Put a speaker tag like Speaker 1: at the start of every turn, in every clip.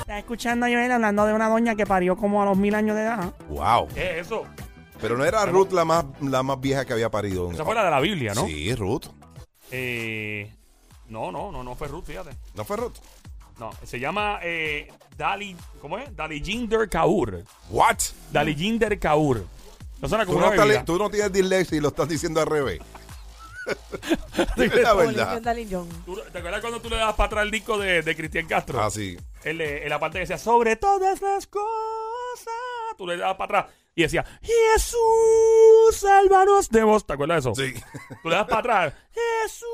Speaker 1: Está escuchando a Joel hablando de una doña que parió como a los mil años de edad.
Speaker 2: Wow.
Speaker 3: ¿Qué es eso?
Speaker 2: Pero no era Ruth la más, la más vieja que había parido.
Speaker 3: Esa fue la de la Biblia, ¿no?
Speaker 2: Sí, Ruth.
Speaker 3: Eh, no, no, no, no fue Ruth, fíjate.
Speaker 2: ¿No fue Ruth?
Speaker 3: No, se llama eh, Dali, ¿cómo es? Dalijinder Kaur.
Speaker 2: What?
Speaker 3: Dalijinder Kaur. No suena
Speaker 2: Tú
Speaker 3: como
Speaker 2: no,
Speaker 3: una
Speaker 2: estás le-
Speaker 3: bebida.
Speaker 2: tú no tienes dislexia y lo estás diciendo al revés. Dime la verdad.
Speaker 3: Tú- ¿Te acuerdas cuando tú le das para atrás el disco de, de Cristian Castro?
Speaker 2: Así.
Speaker 3: Él le- en la parte que decía, sobre todas las cosas, tú le dabas para atrás y decía, Jesús, sálvanos de vos. ¿Te acuerdas de eso?
Speaker 2: Sí.
Speaker 3: Tú le das para atrás, Jesús,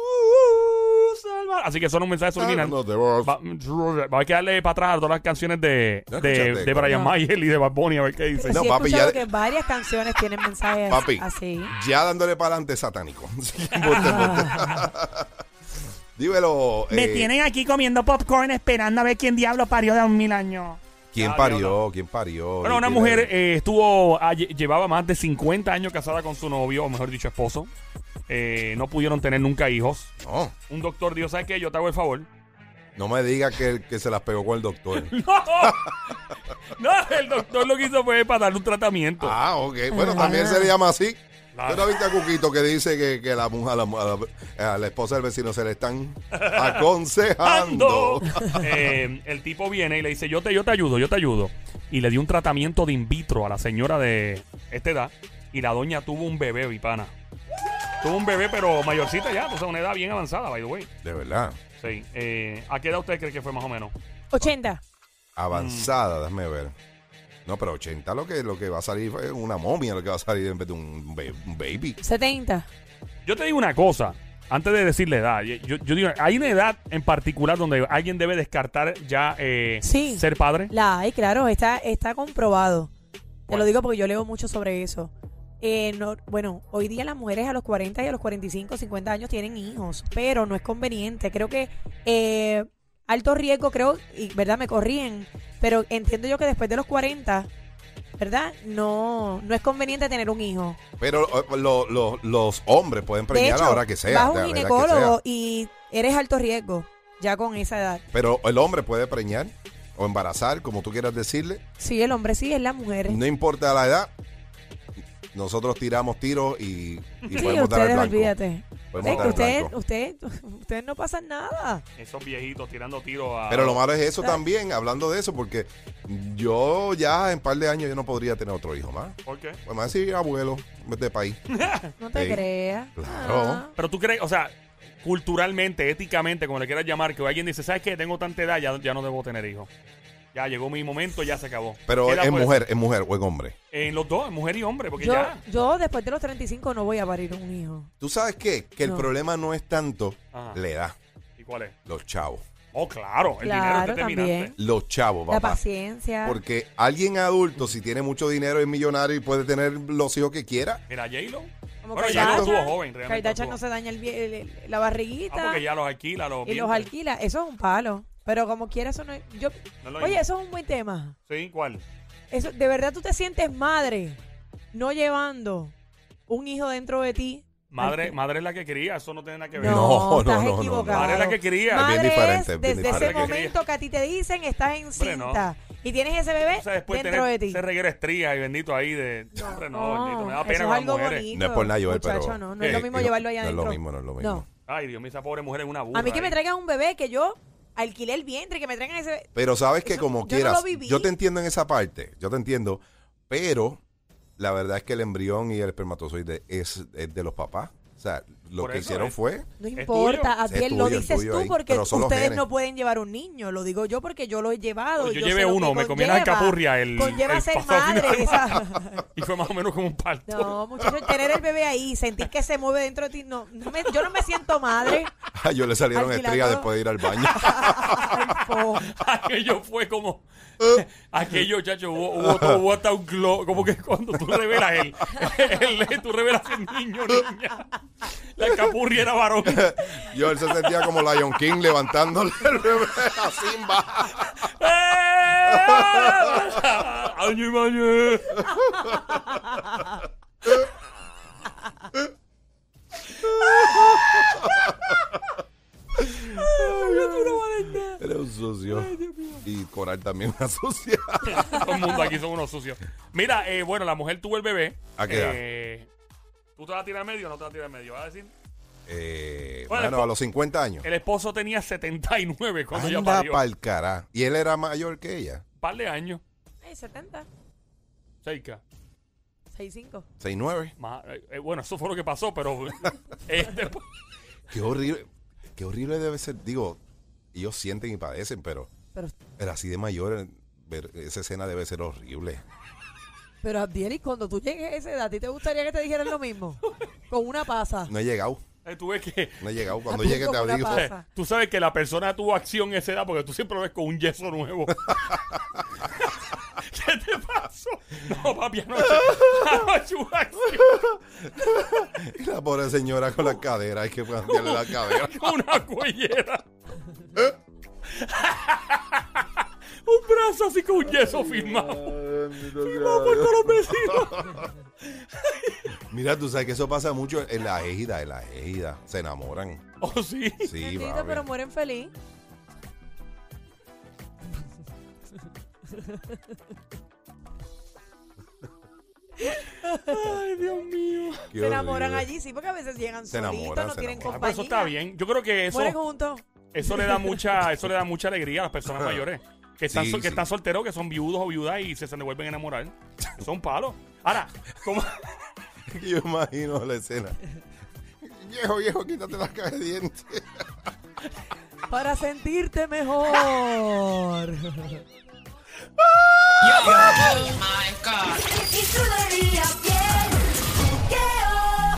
Speaker 3: sálvanos. Así que son un mensaje subliminal.
Speaker 2: No, no, de vos.
Speaker 3: Va, va a haber que darle para atrás a todas las canciones de,
Speaker 2: No
Speaker 3: de,
Speaker 2: escuchaste,
Speaker 3: de Brian
Speaker 4: no.
Speaker 3: Mayer y de Bad Bunny, a ver qué dice.
Speaker 2: Pues No,
Speaker 4: sí, he
Speaker 2: papi,
Speaker 4: escuchado
Speaker 2: ya-
Speaker 4: que varias canciones tienen mensajes
Speaker 2: Papi,
Speaker 4: así.
Speaker 2: ya dándole para adelante es satánico. Sí, ponte, ponte. Dímelo.
Speaker 1: Me
Speaker 2: eh,
Speaker 1: tienen aquí comiendo popcorn esperando a ver quién diablo parió de a un mil años.
Speaker 2: ¿Quién
Speaker 3: Ah,
Speaker 2: parió? ¿Quién parió?
Speaker 3: Bueno, una
Speaker 2: Dile-
Speaker 3: mujer eh, estuvo ah, lle- llevaba más de 50 años casada con su novio, o mejor dicho, esposo. Eh, no pudieron tener nunca hijos.
Speaker 2: No,
Speaker 3: Un doctor dijo, ¿sabes qué? Yo te hago el favor.
Speaker 2: no me digas que, que se las pegó con el doctor.
Speaker 3: ¡No! no, el doctor lo que hizo fue para darle un tratamiento.
Speaker 2: Ah, ok. Bueno, también se le llama así.
Speaker 3: Claro.
Speaker 2: ¿Tú no viste a Cuquito que dice que, que la mujer, a la, a la- a la esposa del vecino se le están aconsejando?
Speaker 3: Ando. Eh, el tipo viene y le dice, yo te, yo te ayudo, yo te ayudo. Y le dio un tratamiento de in vitro a la señora de esta edad. Y la doña tuvo un bebé, mi pana. Tuvo un bebé, pero mayorcita ya, o sea, una edad bien avanzada, by the way.
Speaker 2: De verdad.
Speaker 3: Sí. Eh, ¿A qué edad usted cree que fue más o menos?
Speaker 4: 80.
Speaker 2: Avanzada, déjame ver. No, pero 80 lo que, lo que va a salir es una momia lo que va a salir en vez de un, ba- un baby.
Speaker 4: 70.
Speaker 3: Yo te digo una cosa, antes de decir la edad, yo, yo digo, hay una edad en particular donde alguien debe descartar ya eh,
Speaker 4: Sí.
Speaker 3: ser padre.
Speaker 4: La hay, claro, está, está comprobado. Te
Speaker 2: Pues.
Speaker 3: ¿Cuál?
Speaker 4: lo digo porque yo leo mucho sobre eso. Eh, no- bueno, hoy día las mujeres a los 40 y a los 45, 50 años tienen hijos, pero no es conveniente. Creo que eh, alto riesgo, creo, y verdad, me corrían, pero entiendo yo que después de los 40, ¿verdad? No, no es conveniente tener un hijo.
Speaker 2: Pero eh, lo- lo- los hombres pueden
Speaker 4: De
Speaker 2: preñar
Speaker 4: hecho,
Speaker 2: a la hora que sea.
Speaker 4: vas a
Speaker 2: de
Speaker 4: un
Speaker 2: la edad que
Speaker 4: ginecólogo
Speaker 2: sea.
Speaker 4: y eres alto riesgo, ya con esa edad.
Speaker 2: Pero el hombre puede preñar o embarazar, como tú quieras decirle.
Speaker 4: Sí, el hombre sí, es la mujer.
Speaker 2: No importa la edad. Nosotros tiramos tiros y, y
Speaker 4: sí,
Speaker 2: podemos dar el
Speaker 4: ustedes
Speaker 2: blanco.
Speaker 4: olvídate.
Speaker 2: Podemos
Speaker 4: Sí,
Speaker 2: dar el
Speaker 4: ustedes,
Speaker 2: blanco.
Speaker 4: ustedes, ustedes no pasan nada.
Speaker 3: Esos viejitos tirando tiros a...
Speaker 2: Pero lo malo es eso
Speaker 4: Claro.
Speaker 2: también, hablando de eso, porque yo ya en un par de años yo no podría tener otro hijo más.
Speaker 3: ¿Por qué?
Speaker 2: Pues más si abuelo de país.
Speaker 4: No te
Speaker 2: Sí.
Speaker 4: creas.
Speaker 2: Claro.
Speaker 4: Ah.
Speaker 3: Pero tú crees, o sea, culturalmente, éticamente, como le quieras llamar, que alguien dice, ¿sabes qué? Tengo tanta edad, ya, ya no debo tener hijos. Ya llegó mi momento, ya se acabó.
Speaker 2: Pero
Speaker 3: ¿Qué edad
Speaker 2: es
Speaker 3: puede
Speaker 2: mujer, es mujer o es hombre.
Speaker 3: ser? En los dos, en mujer y hombre, porque
Speaker 4: Yo,
Speaker 3: ya...
Speaker 4: yo después de los 35 no voy a parir un hijo.
Speaker 2: ¿Tú sabes qué? Que el
Speaker 4: No.
Speaker 2: problema no es tanto
Speaker 3: Ajá.
Speaker 2: la edad,
Speaker 3: ¿Y cuál es?
Speaker 2: los chavos.
Speaker 3: Oh, claro, el dinero es
Speaker 4: Claro,
Speaker 3: determinante.
Speaker 4: también.
Speaker 2: Los chavos,
Speaker 4: La
Speaker 2: papá.
Speaker 4: paciencia.
Speaker 2: Porque alguien adulto, si tiene mucho dinero, es millonario y puede tener los hijos que quiera.
Speaker 3: Mira, J-Lo.
Speaker 4: Como
Speaker 3: Bueno,
Speaker 2: Kardashian.
Speaker 3: J-Lo estuvo joven, realmente.
Speaker 4: Kardashian no
Speaker 3: estuvo-
Speaker 4: se daña el, vie- el- el- la
Speaker 3: Ah,
Speaker 4: barriguita
Speaker 3: porque ya los alquila, los
Speaker 4: y los
Speaker 3: vientres.
Speaker 4: alquila. Eso es un palo. Pero como quiera, eso no es. Yo,
Speaker 3: No es lo
Speaker 4: oye,
Speaker 3: mismo.
Speaker 4: eso es un buen tema.
Speaker 3: Sí, ¿cuál?
Speaker 4: Eso, de verdad tú te sientes madre no llevando un hijo dentro de ti.
Speaker 3: Madre,
Speaker 4: Alquila.
Speaker 3: madre es la que quería, eso no tiene nada que ver.
Speaker 2: No, no,
Speaker 4: No, estás
Speaker 2: no, no, no.
Speaker 4: equivocado.
Speaker 3: Madre es la que quería.
Speaker 2: Ma-
Speaker 4: Madre
Speaker 2: diferente, es bien
Speaker 4: es desde ese
Speaker 3: diferente.
Speaker 4: momento que a ti te dicen estás
Speaker 3: Hombre, no.
Speaker 4: encinta y tienes ese bebé
Speaker 3: O sea, después
Speaker 4: dentro
Speaker 3: tener
Speaker 4: de ti.
Speaker 3: ese reguero estría y bendito ahí de... Hombre, no, bendito, me da
Speaker 4: eso
Speaker 3: pena
Speaker 4: es
Speaker 3: con las
Speaker 4: algo
Speaker 3: mujeres.
Speaker 4: bonito.
Speaker 2: No es por nada, Joel, pero-
Speaker 4: Muchacho, no, no es
Speaker 3: Eh,
Speaker 4: lo mismo
Speaker 2: eh,
Speaker 4: llevarlo allá
Speaker 2: no es lo
Speaker 4: adentro.
Speaker 2: mismo, no es lo mismo.
Speaker 3: Ay, Dios mío, esa pobre mujer es una burra.
Speaker 4: A mí que me
Speaker 3: ahí.
Speaker 4: traigan un bebé que yo alquilé el vientre, que me traigan ese bebé.
Speaker 2: Pero sabes que
Speaker 4: Eso-
Speaker 2: como
Speaker 4: yo no
Speaker 2: quieras,
Speaker 4: lo viví.
Speaker 2: yo te entiendo en esa parte, yo te entiendo, pero la verdad es que el embrión y el espermatozoide es, es de los papás. O sea, lo
Speaker 3: Por
Speaker 2: que
Speaker 3: eso
Speaker 2: hicieron
Speaker 3: es.
Speaker 2: fue...
Speaker 4: No
Speaker 3: tuyo?
Speaker 4: importa,
Speaker 2: Es
Speaker 4: Abdiel,
Speaker 2: tuyo,
Speaker 4: lo
Speaker 2: es
Speaker 4: dices
Speaker 2: tuyo
Speaker 4: tú
Speaker 2: ahí,
Speaker 4: porque
Speaker 2: pero son los
Speaker 4: ustedes
Speaker 2: genes.
Speaker 4: no pueden llevar un niño, lo digo yo porque yo lo he llevado.
Speaker 3: Yo
Speaker 4: y
Speaker 3: llevé
Speaker 4: sé lo que
Speaker 3: uno, me comí una
Speaker 4: conlleva.
Speaker 3: alcapurria, el-
Speaker 4: Conlleva
Speaker 3: el
Speaker 4: ser
Speaker 3: pastor
Speaker 4: madre.
Speaker 3: final.
Speaker 4: esa-
Speaker 3: Y fue más o menos como un parto.
Speaker 4: No, muchachos, tener el bebé ahí, sentir que se mueve dentro de ti, no, no me- yo no me siento madre.
Speaker 2: Ah, yo le salieron
Speaker 4: Alquilando.
Speaker 2: estrías después de ir al baño.
Speaker 4: Ay, po.
Speaker 3: Aquello fue como.
Speaker 2: Eh.
Speaker 3: Aquello, chacho, hubo, hubo, hubo hasta un glow. Como que cuando tú revelas el. el- tú revelas el niño, niña. La capurria era varón.
Speaker 2: yo él se sentía como Lion King levantándole el bebé a Simba.
Speaker 3: ¡Eh! ¡Año y mañe!
Speaker 2: un sucio. Y Coral también una sucia.
Speaker 3: Todo el mundo aquí son unos sucios. Mira, eh, bueno, la mujer tuvo el bebé.
Speaker 2: ¿A qué edad?
Speaker 3: Eh, ¿Tú te vas a tirar medio o no te vas a tirar medio? Vas a decir,
Speaker 2: Eh,
Speaker 3: Bueno,
Speaker 2: mano,
Speaker 3: el-
Speaker 2: a los 50 años.
Speaker 3: el esposo tenía 79 cuando ella
Speaker 2: Anda
Speaker 3: parió.
Speaker 2: pa'l cará. Y él era mayor que ella.
Speaker 3: par de años.
Speaker 4: Ay, 70,
Speaker 3: Cerca.
Speaker 4: 65.
Speaker 2: 6'9".
Speaker 3: Más- eh, eh, bueno, eso fue lo que pasó, pero. eh, después-
Speaker 2: Qué horrible. Qué horrible debe ser. Digo, ellos sienten y padecen, pero,
Speaker 4: Pero,
Speaker 2: pero así de mayor, eh, ver esa escena debe ser horrible.
Speaker 4: pero Abdiel, y cuando tú llegues a esa edad, ¿a ti te gustaría que te dijeran lo mismo? Con una pasa.
Speaker 2: No he llegado.
Speaker 3: eh, tú ves que.
Speaker 2: No he llegado. Cuando
Speaker 4: Tampoco
Speaker 2: llegue te
Speaker 4: una
Speaker 2: abrigo.
Speaker 4: paz.
Speaker 3: eh, tú sabes que la persona tuvo acción esa edad porque tú siempre lo ves con un yeso nuevo. ¿Qué te pasó? No, papi, anoche. Anoche hubo acción.
Speaker 2: Y la pobre señora con la cadera. Hay que cambiarle la cadera.
Speaker 3: con una cuellera. un brazo así con un yeso firmado. Firmado por todos pues, los vecinos.
Speaker 2: Mira, tú sabes que eso pasa mucho en la égida. En la égida. Se enamoran.
Speaker 3: Oh, sí.
Speaker 2: Sí,
Speaker 4: Bendito,
Speaker 2: papi.
Speaker 4: pero mueren feliz.
Speaker 3: Ay, Dios mío.
Speaker 2: Qué
Speaker 4: se enamoran
Speaker 2: horrible.
Speaker 4: allí, sí, porque a veces llegan
Speaker 2: Se
Speaker 4: solitos,
Speaker 2: enamoran,
Speaker 4: no
Speaker 2: se
Speaker 4: tienen
Speaker 2: enamoran.
Speaker 3: Ah, Pero
Speaker 4: compañía.
Speaker 3: eso está bien. Yo creo que
Speaker 4: Mueren
Speaker 3: eso,
Speaker 4: juntos.
Speaker 3: eso le da mucha, eso le da mucha alegría a las personas mayores. Que están,
Speaker 2: Sí,
Speaker 3: sol- que
Speaker 2: sí.
Speaker 3: están solteros, que son viudos o viudas y se, se devuelven a enamorar. Son palos. Ahora, ¿cómo?
Speaker 2: Yo imagino la escena. Viejo, viejo, quítate la caja de dientes.
Speaker 4: Para sentirte mejor.
Speaker 5: Oh my god.
Speaker 6: Y tú lo harías bien.